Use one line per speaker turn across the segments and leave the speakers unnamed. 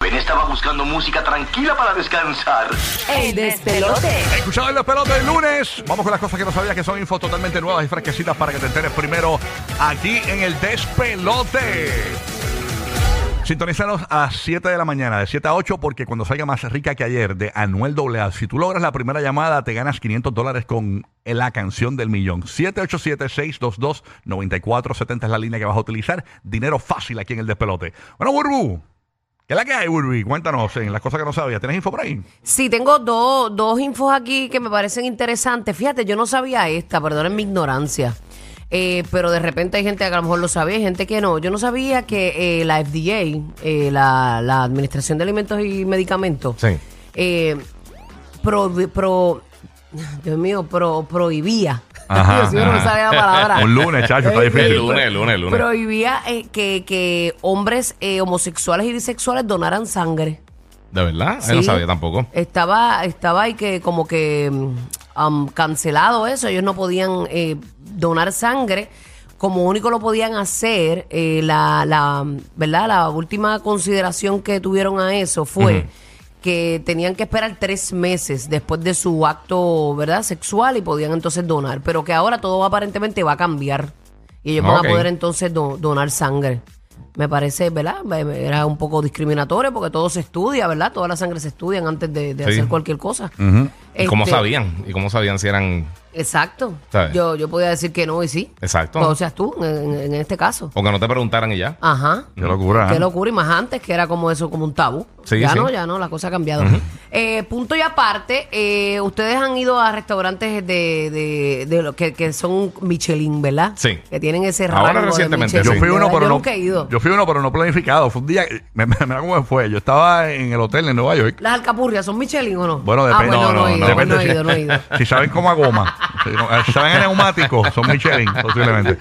Ben estaba buscando música tranquila para descansar.
¡Ey, despelote!
Escuchado en los pelotes del lunes. Vamos con las cosas que no sabías que son infos totalmente nuevas y fresquecitas para que te enteres primero aquí en el despelote. Sintonízanos a 7 de la mañana, de 7 a 8, porque cuando salga más rica que ayer de Anuel AA, si tú logras la primera llamada, te ganas 500 dólares con la canción del millón. 787-622-9470 es la línea que vas a utilizar. Dinero fácil aquí en el despelote. Bueno, Burbu, ¿qué es la que hay, Burbu? Cuéntanos en las cosas que no sabías. ¿Tienes info por ahí?
Sí, tengo dos, dos infos aquí que me parecen interesantes. Fíjate, yo no sabía esta, perdonen mi ignorancia. Eh, pero de repente hay gente que a lo mejor lo sabía y gente que no. Yo no sabía que eh, la FDA, eh, la, la Administración de Alimentos y Medicamentos,
Sí.
eh, pro, pro- Dios mío, pro- prohibía.
Ajá.
Dios mío, no me sale la palabra.
Un lunes, chacho, está difícil.
El lunes, el lunes, el lunes.
Prohibía eh, que, que hombres eh, homosexuales y bisexuales donaran sangre.
¿De verdad? Yo no
Sí.
sabía tampoco.
Estaba, estaba ahí que como que mm, um, cancelado eso, ellos no podían eh, donar sangre. Como único lo podían hacer, eh, la, la, ¿verdad? La última consideración que tuvieron a eso fue que tenían que esperar tres meses después de su acto, ¿verdad? Sexual y podían entonces donar. Pero que ahora todo aparentemente va a cambiar. Y ellos van
Ok.
a poder entonces do- donar sangre. Me parece, ¿verdad? Me- me- Era un poco discriminatorio porque todo se estudia, ¿verdad? Toda la sangre se estudian antes de, de
Sí.
hacer cualquier cosa.
¿Y cómo
Este,
sabían? ¿Y cómo sabían si eran...
Exacto.
¿Sabes?
Yo, yo podía decir que no y sí.
Exacto.
O sea, Ah. tú, en, en este caso.
O que no te preguntaran y ya.
Ajá.
Qué locura. ¿eh?
Qué locura, y más antes que era como eso, como un tabú.
Sí,
ya
sí.
no, ya no, la cosa ha cambiado. Eh, punto y aparte, eh, ustedes han ido a restaurantes de, de, de lo que, que son Michelin, ¿verdad?
Sí.
Que tienen ese rango
Ahora
de
recientemente,
Michelin.
Yo
sí.
fui uno,
Yo
pero no.
nunca he ido.
Yo fui uno, pero no planificado. Fue un día. me- me- Mira cómo me fue. Yo estaba en el hotel en Nueva York.
¿Las alcapurrias son Michelin o no?
Bueno,
Ah,
depende.
bueno, no, he ido,
depende
no he ido, no he ido.
si, si saben cómo a goma. Si no- eh, si saben a neumático, son Michelin, posiblemente.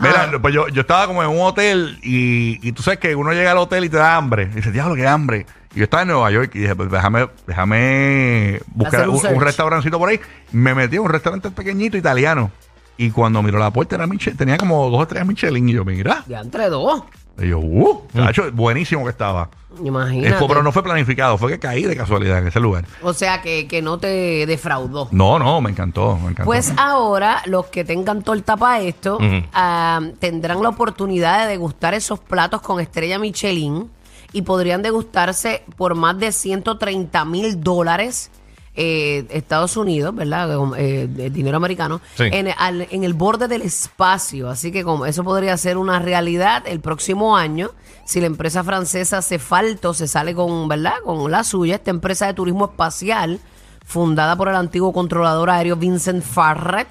Mira,
Ah.
pues yo, yo estaba como en un hotel y, y tú sabes que uno llega al hotel y te da hambre. Y dice, diablo, qué hambre. Y yo estaba en Nueva York y dije, pues déjame, déjame buscar
Hacer un
un, un
search.
restaurancito por ahí. Me metí a un restaurante pequeñito italiano. Y cuando miró la puerta, era Miche- tenía como dos o tres Michelin. Y yo, mira.
Ya entre dos,
Y yo, uh, chacho, buenísimo que estaba. Eh,
imagínate.
fue- pero no fue planificado, fue que caí de casualidad en ese lugar.
O sea, que, que no te defraudó.
No, no, me encantó, me encantó.
Pues ahora, los que tengan torta para esto,
Ujú.
ah, tendrán la oportunidad de degustar esos platos con estrella Michelin y podrían degustarse por más de 130 mil dólares. eh, Estados Unidos, ¿verdad? Eh, de dinero americano,
Sí.
en, al- en el borde del espacio. Así que como eso podría ser una realidad el próximo año, si la empresa francesa Cefalto se sale con, ¿verdad? Con la suya, esta empresa de turismo espacial, fundada por el antiguo controlador aéreo Vincent Farret,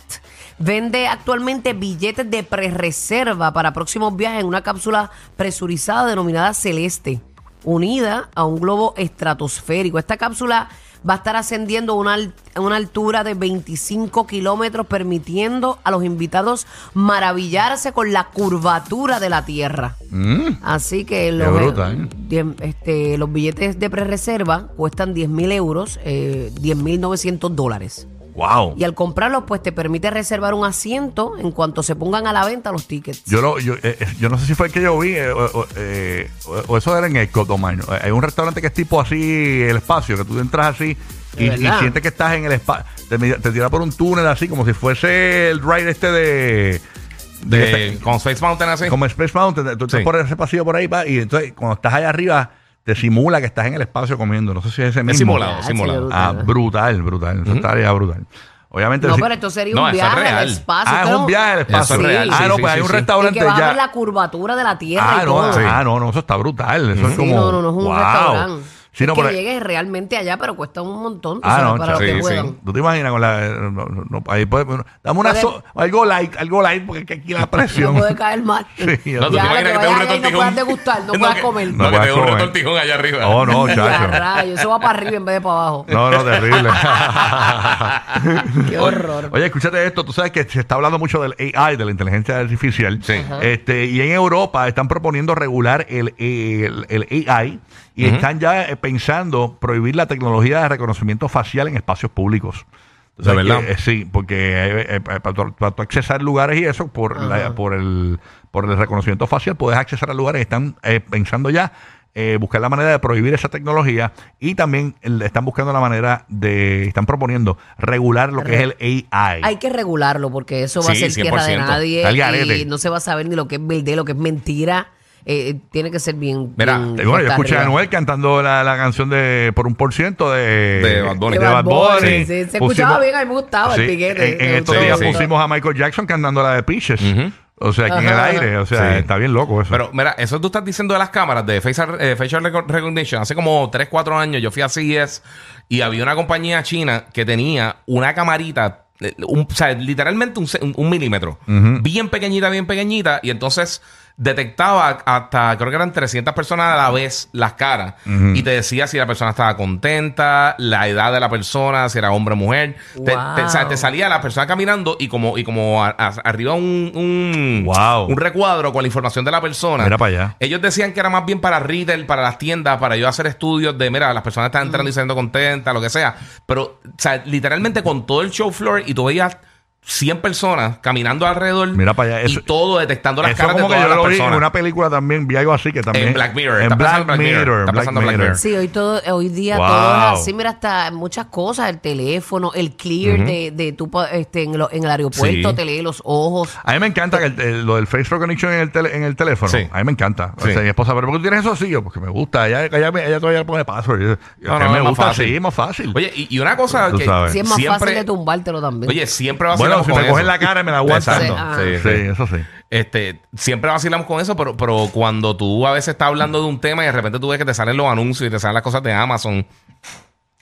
vende actualmente billetes de prerreserva para próximos viajes en una cápsula presurizada denominada Celeste unida a un globo estratosférico. Esta cápsula va a estar ascendiendo a una, al- a una altura de 25 kilómetros, permitiendo a los invitados maravillarse con la curvatura de la Tierra.
Mm.
Así que los,
bruta, ¿eh?
diem- este, los billetes de prerreserva cuestan 10 mil euros, eh, 10.900 dólares.
wow.
Y al comprarlos, pues te permite reservar un asiento en cuanto se pongan a la venta los tickets.
Yo, lo, yo, eh, eh, yo no sé si fue el que yo vi, eh, o, o- eh, o- o eso era en el Cotomaño. Eh, Hay un restaurante que es tipo así, el espacio, que tú entras así y,
¿De
y
verdad?
sientes que estás en el espacio. Te, mira- te tira por un túnel así, como si fuese el ride este de... este,
De, con Space Mountain así.
Como Space Mountain, tú estás
Sí.
por ese pasillo por ahí pa, y entonces cuando estás allá arriba te simula que estás en el espacio comiendo. No sé si es ese mismo.
Es simulado,
Ay,
simulado.
señor.
Ah, brutal, brutal. Eso estaría brutal. Obviamente.
No,
si-
pero esto sería
No,
un
eso es
viaje al
real.
espacio.
Ah, es
claro.
un viaje al espacio.
Eso es real.
Ah,
Sí,
no,
sí,
pues hay
sí,
un
sí.
restaurante
y que va a
ya.
ver la curvatura de la Tierra
Ah,
y
no,
todo.
ah, no, no, eso está brutal. Eso es
Sí,
como.
no, no, no es un
wow.
restaurante.
Sí, no,
que
pero-
llegues realmente allá, pero cuesta un montón tú
Ah,
sabes,
no,
para lo
chaval.
que
Sí, sí.
puedan.
¿Tú te imaginas con la. no, no, no, ahí puede- bueno, dame una.
Puede-
so- algo light, algo light, porque es que aquí la
No
presión.
puede caer mal.
Sí,
No,
no,
tú te
Ya,
imaginas
que
que te dé un
vaya ahí, no
retortijón.
puedas degustar, no puedas
que-
comer.
No
No, que te dé un
puedas comer.
retortijón allá arriba.
no, Oh, no,
Ya,
chacho.
rayos, eso va para arriba en vez de para abajo.
No, no, terrible.
Qué horror.
Oye, escúchate esto. Tú sabes que se está hablando mucho del AI, de la inteligencia artificial. Este, y en Europa están proponiendo regular el, el- el AI y están ya eh, pensando prohibir la tecnología de reconocimiento facial en espacios públicos. Tú
¿De
sabes
verdad?
que, eh, sí, porque eh, eh, para, tu- para tu accesar lugares y eso, por, la- por, el, por el reconocimiento facial, puedes accesar a lugares. Están eh, pensando ya eh, buscar la manera de prohibir esa tecnología y también el- están buscando la manera de, están proponiendo regular lo que es el AI.
Hay que regularlo porque eso va a
Sí,
ser tierra de
100%.
nadie
Está al garete.
y no se va a saber ni lo que es verdad, lo que es mentira. Eh, eh, tiene que ser bien.
Mira,
bien
Y bueno, yo
cuesta
escuché a
arriba.
Anuel cantando la, la canción de por un por ciento de,
De Bad Bunny.
De
este
Bad Bunny, sí, se escuchaba bien, a mí me gustaba el piquete,
En, en
me
estos
gustó.
días
Sí, sí.
pusimos a Michael Jackson cantando la de Peaches.
Ujú.
O sea, aquí en el
Ajá.
aire. O sea,
Sí.
está bien loco eso.
Pero mira, eso tú estás diciendo de las cámaras de facial, eh, facial reco- recognition. Hace como 3, 4 años yo fui a CES y había una compañía china que tenía una camarita, eh, un- o sea, literalmente un, ce- un- un milímetro. Bien pequeñita, bien pequeñita. Y entonces detectaba hasta, creo que eran 300 personas a la vez las caras. Y te decía si la persona estaba contenta, la edad de la persona, si era hombre o mujer. Te, te- o sea,
Wow.
te salía la persona caminando y como, y como a- a- arriba un, un,
Wow.
un recuadro con la información de la persona.
Mira para allá.
Ellos decían que era más bien para retail, para las tiendas, para yo hacer estudios de, mira, las personas están entrando y
Mm.
saliendo contentas, lo que sea. Pero, o sea, literalmente con todo el show floor y tú veías 100 personas caminando alrededor.
Mira para allá, eso-
y todo detectando las
eso
caras de
como que
todas
yo
las
lo vi en
personas.
una película también, vi algo así que también.
En Black Mirror,
En
está
Black,
pasando Black Mirror,
Mirror.
está
Black
pasando Black
Mirror.
Mirror.
Sí, hoy todo, hoy día
Wow.
todo es así, mira, hasta muchas cosas, el teléfono, el clear de, de tu pa- este, en, lo- en el aeropuerto,
Sí.
te lee los ojos.
A mí me encanta que el- el- lo del face recognition en el, tele- en el teléfono.
Sí.
A mí me encanta. O
Sí.
sea, mi esposa, pero ¿por qué tú tienes eso así? Yo, porque me gusta. Ella, ella, me- ella todavía le pone password. Yo,
No,
a
no,
mí me
es más
gusta
fácil.
así, es más fácil.
Oye, y, y una cosa
Tú
que
sabes.
Si es más
siempre-
fácil de tumbártelo también.
Oye, siempre vacilamos
bueno, si
con
me
eso.
cogen la cara, me la aguantan.
Exacto.
Ah.
Sí,
sí,
sí.
eso sí.
Este, siempre vacilamos con eso, pero, pero cuando tú a veces estás hablando de un tema y de repente tú ves que te salen los anuncios y te salen las cosas de Amazon.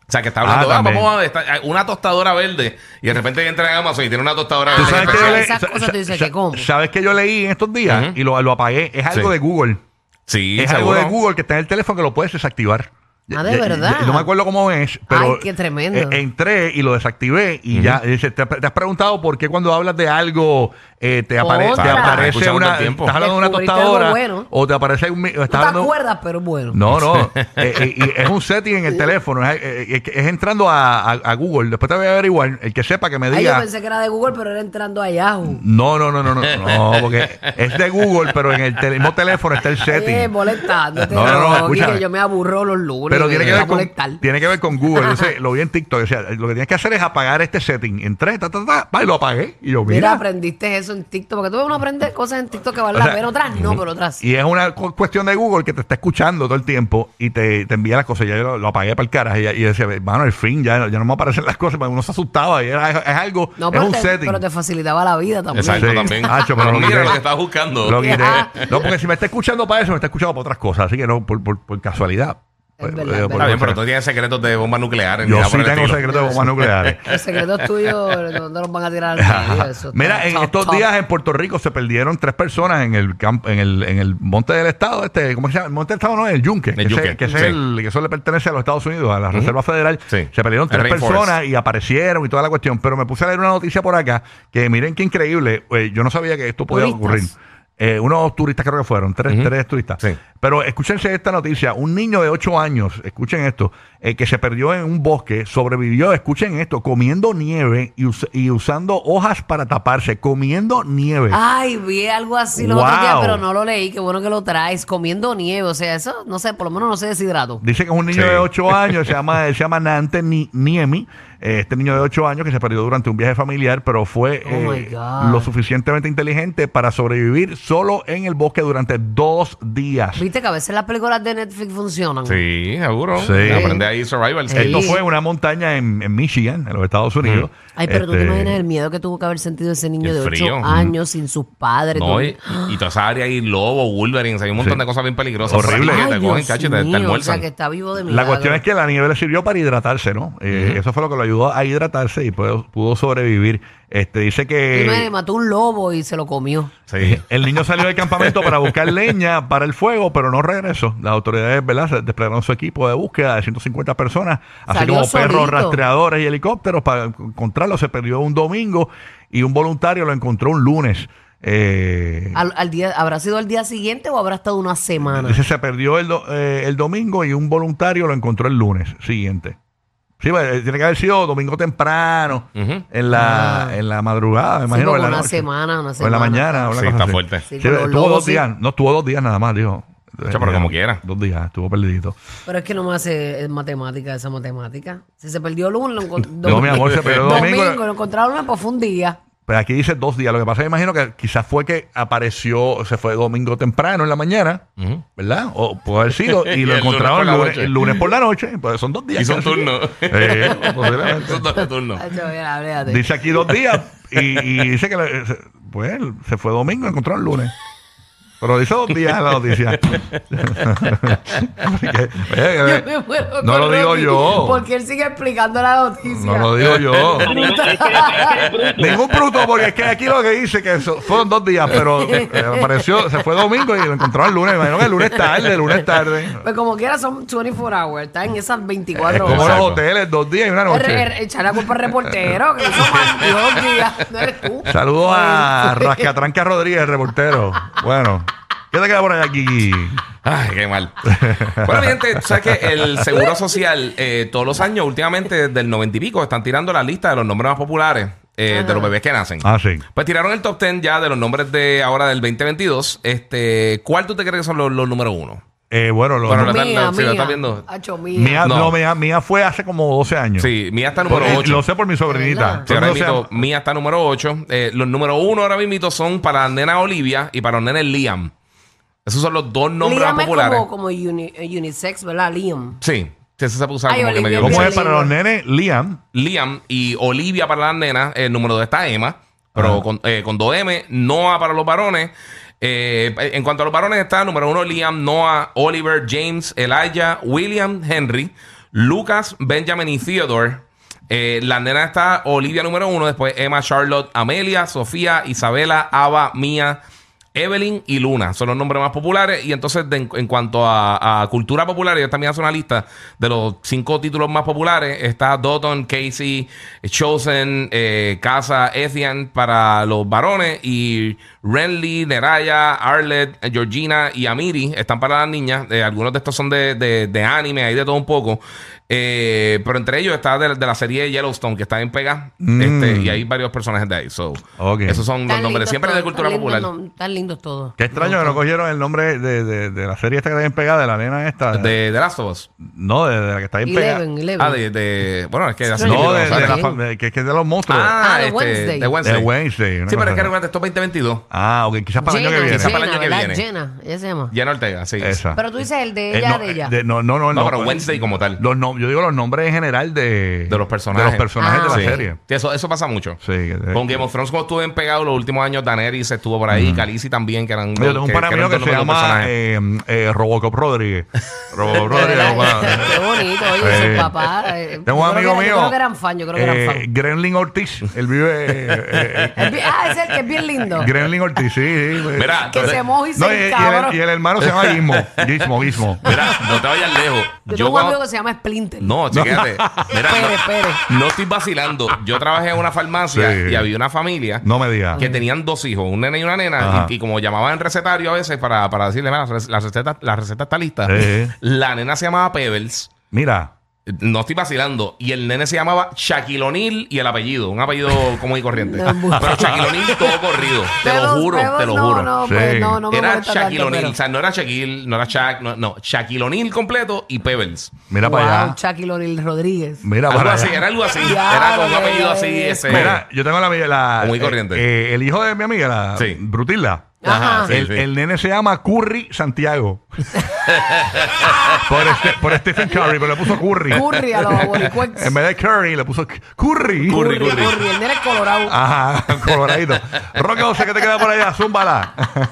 O sea, que está hablando,
Ah,
ah,
también.
vamos a ver, está- una tostadora verde y de repente entra en Amazon y tiene una tostadora
¿Tú
verde.
sabes, que yo
especial.
le-
Esas
sa-
cosas tú
sa-
dices,
sa-
¿qué como?
¿Sabes que yo leí en estos días
Ujú.
y lo, lo apagué? Es algo
Sí.
de Google.
Sí,
es algo
seguro.
de Google que está en el teléfono que lo puedes desactivar.
Ah, ¿de verdad?
no me acuerdo cómo es, pero.
Ay, qué tremendo.
eh, entré y lo desactivé y ya. dice, ¿te, te has preguntado por qué cuando hablas de algo eh, te, apare- te
Contra.
aparece
Escuchamos
una.
todo el tiempo.
Estás hablando de una
Descubriste algo
tostadora.
bueno.
O te aparece un. mi- Estás
¿Tú te
hablando-
acuerdas? Pero bueno.
no, no. Eh, eh, y es un setting en el teléfono. Es, eh, es- es entrando a, a- a Google. Después te voy a averiguar. El que sepa que me
Ay, yo
diga.
pensé que era de Google, pero era entrando a Yahoo.
No, no, no, no, no, no, porque es de Google, pero en el tele- mismo teléfono está el
Oye,
setting.
molestándote.
No, no, no,
Rocky,
escúchame.
que yo me aburro los lunes.
Pero
me
tiene que,
voy a
ver con,
molestar.
tiene que ver con Google. Entonces, lo vi en TikTok. O sea, lo que tienes que hacer es apagar este setting. Entré, ta, ta, ta, pa, y lo apagué. Y yo,
Mira,
mira.
aprendiste eso en TikTok. Porque tú ves uno aprende cosas en TikTok que valen
O
la
sea,
pena, otras no, pero otras sí.
y es una cu- cuestión de Google que te está escuchando todo el tiempo y te, te envía las cosas. Ya yo lo, lo apagué para el carajo. Y, y decía, hermano, al fin, ya, ya no me aparecen las cosas. Uno se asustaba. Y era, es, es algo,
No,
es
pero,
un
te,
setting.
pero te facilitaba la vida también.
Exacto,
Sí.
también.
Hacho, pero
Pero
lo
mira
quité.
lo que estás buscando.
Lo quité.
Ajá.
No, porque si me está escuchando para eso, me está escuchando para otras cosas. Así que no, por, por, por casualidad.
Es
Eh,
verdad,
eh,
es
por-
Está bien,
por-
pero tú tienes secretos de bombas nucleares. ni
Yo
nada
sí
por el
tengo
estilo.
secretos de bombas nucleares.
Los secretos tuyos no, no los van a tirar al medio. eso está
Mira, en
top,
estos
top.
días eh, en Puerto Rico se perdieron tres personas en el campo, en el, en el monte del estado, este, ¿cómo se llama? El monte del estado no, el yunque, que, ese-
yunque,
que ese
sí.
es el- que eso le pertenece a los Estados Unidos, a la Reserva Federal.
Sí.
Se perdieron
El
tres
Rainforest.
personas y aparecieron y toda la cuestión. Pero me puse a leer una noticia por acá que miren qué increíble. eh, yo no sabía que esto podía
Turistas.
ocurrir. Eh, unos turistas creo que fueron, tres, tres turistas.
Sí.
Pero escúchense esta noticia. Un niño de 8 años, escuchen esto, eh, que se perdió en un bosque, sobrevivió, escuchen esto, comiendo nieve y, us- y usando hojas para taparse, comiendo nieve.
Ay, vi algo así los otros
Wow.
días, pero no lo leí. Qué bueno que lo traes. Comiendo nieve. O sea, eso, no sé, por lo menos no sé deshidrato.
Dice que es un niño
Sí.
de 8 años, se llama, se llama Nante Ni- Niemi. eh, este niño de 8 años que se perdió durante un viaje familiar, pero fue
Oh,
eh,
my God.
lo suficientemente inteligente para sobrevivir solo en el bosque durante dos días.
Viste que a veces las películas de Netflix funcionan.
Sí, seguro.
Sí.
Aprende ahí Survival
Sí.
Esto
Skills.
fue en una montaña en, en Michigan, en los Estados Unidos.
Ay, pero tú te
Este,
imaginas el miedo que tuvo que haber sentido ese niño
El
de 8
frío.
años sin sus padres.
No,
todo-
y, y- y toda esa área hay lobo, Wolverines, hay un montón
Sí.
de cosas bien peligrosas.
Horrible.
Por ahí
Ay,
que te
Dios
cogen, cacho, y te, te
mío, O
almuerzan.
sea, que está vivo de milagro.
La cuestión es que la nieve le sirvió para hidratarse, ¿no? Eh, Eso fue lo que lo ayudó a hidratarse y pudo, pudo sobrevivir. Este dice
Y no, eh,
que
mató un lobo y se lo comió.
Sí.
el niño salió del campamento para buscar leña para el fuego, pero no regresó. Las autoridades, ¿verdad? Se desplegaron su equipo de búsqueda de 150 personas, así
Salió
como perros
solito.
rastreadores y helicópteros para encontrarlo. Se perdió un domingo y un voluntario lo encontró un lunes. Eh,
Al, al día, ¿Habrá sido al día siguiente o habrá estado una semana?
Dice, se perdió el, do- eh, el domingo y un voluntario lo encontró el lunes siguiente. Sí, pues, eh, tiene que haber sido domingo temprano,
Ujú.
en, la,
Ah.
en la madrugada, me
Sí,
imagino.
como
en la
una
noche.
semana, una
O en la
semana.
mañana. Ah, una
Sí,
cosa
está
así.
fuerte.
Sí,
Sí, con los
estuvo
lobos,
dos
sí.
días, no estuvo dos días nada más, dijo. Eh,
Chacho, pero como quiera.
Dos días, estuvo perdidito.
Pero es que no me hace eh, matemática esa matemática. Si se perdió lunes, lo encontraron.
No, mi amor, se perdió domingo.
lo encontraron lunes, pues fue un día.
Pero aquí dice dos días. Lo que pasa, me imagino que quizás fue que apareció, se fue domingo temprano en la mañana,
Ujú.
¿verdad? O puede haber sido, y
Y
lo
el lunes por
encontraron
la
el lunes,
noche.
el lunes por la noche. Pues son dos días.
Y son
casi.
turnos.
Eh, posiblemente.
Son doble turno.
Ay, yo, mira, fíjate.
Dice aquí dos días y, y dice que le- se, pues, se fue domingo, encontró el lunes. Pero dice dos días la noticia. Así que, eh,
Yo me muero
no
con
lo digo
Rocky,
yo.
Porque él sigue explicando la noticia.
no lo digo yo.
Brutal.
Ningún bruto, porque es que aquí lo que dice que so- fueron dos días, pero eh, apareció, se fue domingo y lo encontró el lunes. Me imagino que el lunes tarde, el lunes tarde.
Pues como quiera son 24 hours, está en esas
Es
24
como
horas.
los
Exacto.
hoteles, dos días y una
Er-
noche.
er- Echar la culpa al reportero, que eso mandó dos días, no eres tú.
Saludos a Rascatranca Rodríguez, el reportero. Bueno, ¿qué te queda por allá, Kiki?
Ay, qué mal. Bueno, mi gente, tú sabes que el Seguro Social, eh, todos los años, últimamente, desde el noventa y pico, están tirando la lista de los nombres más populares eh, de los bebés que nacen.
Ah, sí.
Pues tiraron el top 10 ya de los nombres de ahora del 2022. Este, ¿Cuál tú te crees que son los, los número uno?
Eh, bueno, lo,
Bueno,
no-
la-
Mía,
si lo
mía.
estás viendo.
Hacho, mía.
mía,
no.
no, mía, mía fue hace como 12 años.
Sí, Mía está número
Porque
8.
Lo sé por mi sobrinita.
¿Verdad?
Sí, ahora
Entonces,
mismo,
o sea,
Mía está número 8. los número 1 ahora mismo son para la nena Olivia y para los nenes Liam. Esos son los dos nombres
Liam
más
es
populares.
como, como uni- eh, unisex, ¿verdad? Liam.
Sí, sí, eso se puso como
Ay,
que
Olivia,
medio-
¿Cómo
Qué
es para
lindo.
los nenes? Liam.
Liam y Olivia para las nenas. El número 2 está Emma, pero con, eh, con 2M. Noah para los varones. Eh, en cuanto a los varones está número 1 Liam, Noah, Oliver, James, Elijah, William, Henry, Lucas, Benjamin y Theodore. Eh, la nena está Olivia número 1, después Emma, Charlotte, Amelia, Sofía, Isabela, Ava, Mía, Evelyn y Luna son los nombres más populares. Y entonces, de- en, en cuanto a, a cultura popular, ellos también hacen una lista de los cinco títulos más populares. Está Dotton, Casey, Chosen, eh, Casa, Ethian para los varones. Y Renly, Neraya, Arlette, Georgina y Amiri están para las niñas. Eh, algunos de estos son de, de- de anime, hay de todo un poco. Eh, pero entre ellos está de, de la serie Yellowstone, que está en pega.
Mm.
Este, y hay varios personajes de ahí. So,
Ok.
Esos son los
Tan lindos
nombres. Siempre de
todos,
cultura
tan lindos
popular.
nom- tan lindos todos.
Qué extraño que no cogieron el nombre de, de- de la serie esta que está bien pegada, de la nena esta.
De, de Last of Us.
no, de, de la que está bien pegada.
Eleven, Eleven.
Ah, de, de- Bueno, es que hace
Eleven.
No,
tiempo
de,
que no
de la
sale.
fa- de- que, que es de los monstruos.
Ah,
Ah, de
este,
Wednesday.
de Wednesday.
de Wednesday. una
Sí, pero
cosa
es que
así.
recuerda, esto es 2022.
Ah, ok, quizás para el año que
Jenna,
viene.
Quizás para el
Jenna,
año que
¿verdad?
viene.
Jenna, ella se llama.
Jenna Ortega, sí.
Esa.
Pero tú dices el de
Eh,
ella,
no,
de
eh,
ella.
de- no, no, no,
No,
no,
pero
pues,
Wednesday como tal.
Los nom- yo digo los nombres en general de,
de los personajes.
de los personajes
Ah,
de la
Sí.
serie.
Sí, eso, eso pasa mucho.
Sí, que-
Con Game of Thrones, cuando estuve pegado los últimos años, Daenerys estuvo por ahí, Khaleesi también, que eran.
Yo tengo un pana mío
eran
que
dos
se
nombres de
llama
personajes.
eh, eh, Robocop Rodríguez. Robocop
De
Rodríguez.
verdad,
compadre.
Qué bonito,
Sí.
oye, su papá. eh,
Tengo un
yo creo
amigo
que era-
mío.
Yo creo que eran fan, yo creo que
eh,
eran fan.
Gremlin Ortiz. Él vive. eh, eh,
Es bien- Ah, es el que es bien lindo.
Gremlin Ortiz, sí. sí pues.
Mira,
Que se moja y
No, y, y
se
el,
encabra.
y el hermano se llama Gizmo. Gizmo, Gizmo.
Mira, no te vayas lejos.
Yo tengo un
cuando-
amigo que se llama Splinter.
No, chéquate. Mira, no-
Espere, espere.
no estoy vacilando. Yo trabajé en una farmacia
Sí.
y había una familia.
No me digas.
que tenían dos hijos, un nene y una
Ajá.
nena, y, y como llamaban al recetario a veces para, para decirle, "Mira, la receta, la receta está lista,
Sí.
la nena se llamaba Pebbles
Mira.
No estoy vacilando. Y el nene se llamaba Shaquille O'Neal y el apellido, un apellido común y corriente.
No, embuste.
pero Shaquille O'Neal todo corrido. Te lo
Pebbles,
juro, te
Pebbles,
lo
no,
juro.
No,
Sí.
pues, no, no me
era
molesta
Shaquille
tanto,
O'Neal,
pero-
o sea, no era Shaquille, no era Shaq, no, no, Shaquille O'Neal completo y Pebbles.
Mira
Wow,
para allá.
Shaquille O'Neal Rodríguez.
Mira
Algo
para
así,
allá.
era algo así,
Ya,
era con un
ya,
apellido
ya,
así,
ya.
ese.
Mira, yo tengo la. la
Muy
eh,
corriente.
eh, el hijo de mi amiga, la
Sí.
Brutilda.
Ajá, sí,
el,
sí.
el nene se llama Curry Santiago. por, este- por Stephen Curry, pero le puso Curry.
Curry a los boricuecs.
En vez de Curry, le puso Curry.
Curry, curry.
El nene es colorado.
Ajá, coloradito. Roque José, ¿qué te queda por allá? Zúmbala.
Ay,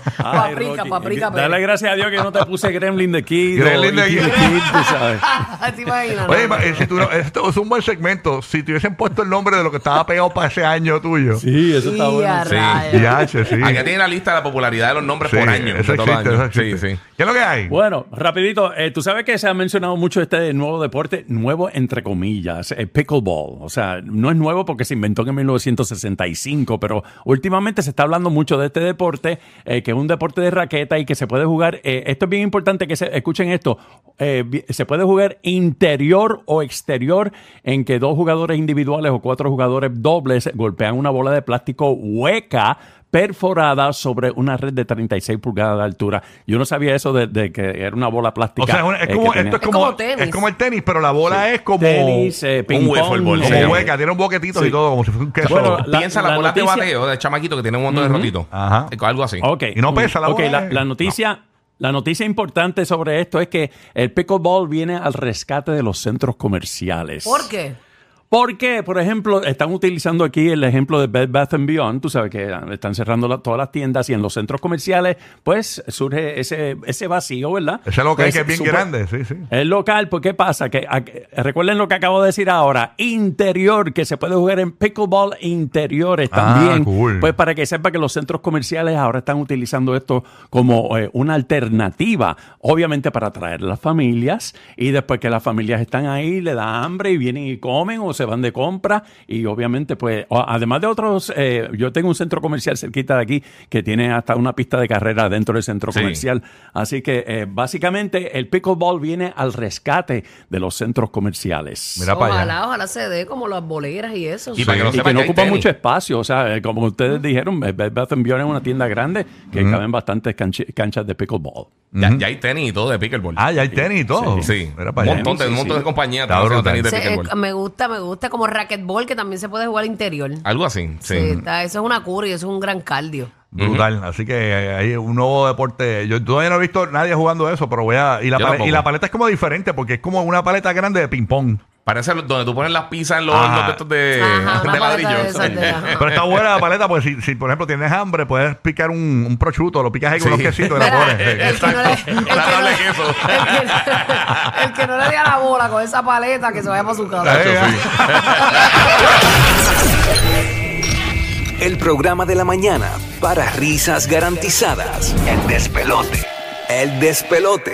Paprika,
Rocky,
paprika,
que- Dale
pero-
gracias a Dios que no te puse Gremlin de Kid. o
Gremlin de
Kid
Kid.
Kid, tú sabes.
Ah.
¿Te imaginas?
Oye,
no?
eh, si tú no- esto es un buen segmento. Si te hubiesen puesto el nombre de lo que estaba pegado para ese año tuyo.
Sí, eso está
Y a
bueno.
Sí.
rayos.
Ya, che, sí.
Acá tiene la lista de la popularidad de los nombres
Sí,
por año.
Eso
de todos los
existe, eso
años.
existe.
Sí, sí.
¿Qué es lo que hay?
Bueno, rapidito, eh, tú sabes que se ha mencionado mucho este nuevo deporte, nuevo entre comillas, eh, pickleball. O sea, no es nuevo porque se inventó en 1965, pero últimamente se está hablando mucho de este deporte, eh, que es un deporte de raqueta y que se puede jugar, eh, esto es bien importante que se, escuchen esto, eh, vi- se puede jugar interior o exterior en que dos jugadores individuales o cuatro jugadores dobles golpean una bola de plástico hueca perforada sobre una red de 36 pulgadas de altura. Yo no sabía eso de, de que era una bola plástica.
O sea, es una- es
eh,
como,
que
esto es
tenía-
como,
Es como tenis.
es como el tenis, pero la bola es como,
tenis, eh, ping
un wiffle
pong,
ball,
como
se llama.
hueca, tiene un boquetito y
Sí.
todo, como si fuera un queso.
Bueno, La-
Piensa la,
la
bola
noticia- Oh.
de bateo del chamaquito que tiene un montón de rotito.
Ajá.
Algo así.
Ok.
Y no pesa la
Ok,
bola,
la,
eh.
la noticia. La noticia importante sobre esto es que el pickleball viene al rescate de los centros comerciales.
¿Por qué?
Porque, por ejemplo, están utilizando aquí el ejemplo de Bed Bath and Beyond. Tú sabes que están cerrando la- todas las tiendas y en los centros comerciales, pues surge ese, ese vacío, ¿verdad?
Ese local
Pues,
que es bien
supo-
grande, sí, sí.
El local, pues ¿qué pasa? Que, a- que- recuerden lo que acabo de decir ahora, interior, que se puede jugar en pickleball interiores
Ah,
también.
cool.
Pues para que sepa que los centros comerciales ahora están utilizando esto como eh, una alternativa, obviamente para atraer las familias y después que las familias están ahí, le da hambre y vienen y comen o se van de compra y obviamente pues o- además de otros, eh, yo tengo un centro comercial cerquita de aquí que tiene hasta una pista de carrera dentro del centro
Sí.
comercial comercial. Así que eh, básicamente el pickleball viene al rescate de los centros comerciales.
Mira para allá.
Ojalá, ojalá se dé como las boleras y eso.
Y para que no
y
sepa
que no
hay
ocupa
tenis.
mucho espacio, o sea, eh, como ustedes dijeron, eh, Bed Bath Beyond es una tienda grande que caben bastantes canchi- canchas de pickleball.
Ya, ya hay tenis y todo de pickleball.
Ah, ya hay tenis y todo.
Sí.
Mira
un
para allá.
montón, de, un
Sí,
montón
sí.
de compañías
Está
están haciendo
brutal.
tenis de
Se- eh,
pickleball.
me gusta, me gusta. Como racquetball que también se puede jugar interior.
Algo así.
Sí,
Ah, Sí.
está- eso es una cura y eso es un gran cardio.
Brutal. Así que eh, hay un nuevo deporte. Yo todavía no he visto nadie jugando eso, pero voy a. Y la,
Yo
pale-
tampoco.
y la paleta es como diferente, porque es como una paleta grande de ping-pong.
Parece lo- donde tú pones las pizzas en los
Ajá.
hornos de estos de,
Ajá, una
de
paleta de
ladrillos.
esas de- ajá.
Pero está buena la paleta, porque si, si, por ejemplo tienes hambre, puedes picar un, un prochuto, lo picas ahí con
Sí.
los quesitos y lo
Mira,
pones.
el
Sí.
que no le- el que no-
La tabla de queso.
el que no- el que no le dé a la bola con esa paleta que se vaya para su casa.
Ahí, ahí.
El programa de la mañana para risas garantizadas. El despelote. El despelote.